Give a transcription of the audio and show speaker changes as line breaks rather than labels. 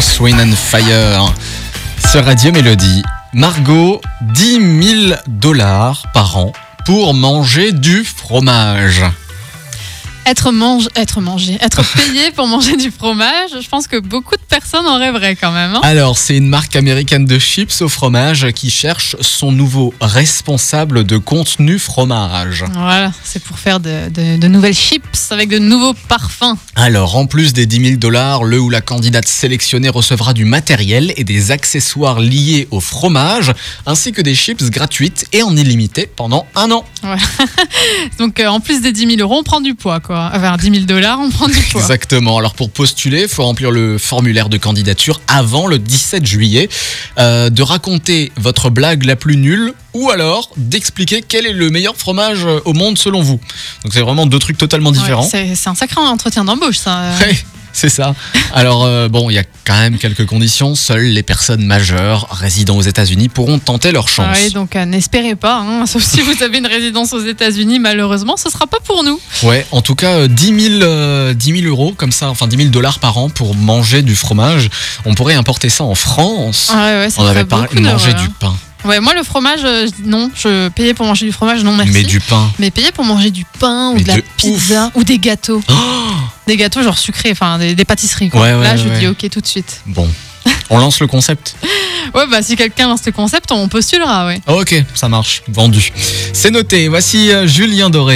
Swing and Fire sur Radio Mélodie. Margot, 10 000 dollars par an pour manger du fromage.
Être, mange, être mangé, être payé pour manger du fromage, je pense que beaucoup de personnes en rêveraient quand même. hein.
Alors, c'est une marque américaine de chips au fromage qui cherche son nouveau responsable de contenu fromage.
Voilà, c'est pour faire de, de- de nouvelles chips avec de nouveaux parfums.
Alors, en plus des 10 000 dollars, le ou la candidate sélectionnée recevra du matériel et des accessoires liés au fromage, ainsi que des chips gratuites et en illimité pendant un an.
Donc euh, en plus des 10 000 euros, on prend du poids quoi. Enfin 10 000 dollars, on prend du poids.
Exactement. Alors pour postuler, il faut remplir le formulaire de candidature avant le 17 juillet, euh, de raconter votre blague la plus nulle ou alors d'expliquer quel est le meilleur fromage euh, au monde selon vous. Donc c'est vraiment deux trucs totalement
Ouais,
différents.
c'est c'est un sacré entretien d'embauche ça.
Ouais, c'est ça. Alors euh, bon, il y a quand même quelques conditions. Seules les personnes majeures résidant aux États-Unis pourront tenter leur chance.
Ouais, donc euh, n'espérez pas, hein, sauf si vous avez une résidence aux États-Unis, malheureusement, ce sera pas pour nous.
Ouais, en tout cas, euh, 10 000, euh, 10 000 euros comme ça, enfin 10 000 dollars par an pour manger du fromage. On pourrait importer ça en France.
Ah ouais, ouais, ça
On
ferait
avait parlé
beaucoup
manger
d'heures,
du
hein.
pain,
Ouais, moi le fromage, euh, non, je payais pour manger du fromage, non merci.
mais du pain.
Mais payer pour manger du pain ou
Mais
de la
de
pizza ou des gâteaux.
Oh
Des gâteaux genre sucrés, enfin des, des pâtisseries. Quoi.
Ouais, ouais,
Là,
ouais,
je
ouais.
dis ok tout de suite.
Bon, on lance le concept.
Ouais, bah si quelqu'un lance le
Ah,
concept, on postulera, ouais.
Ok, ça marche, vendu. C'est noté. Voici euh, Julien Doré.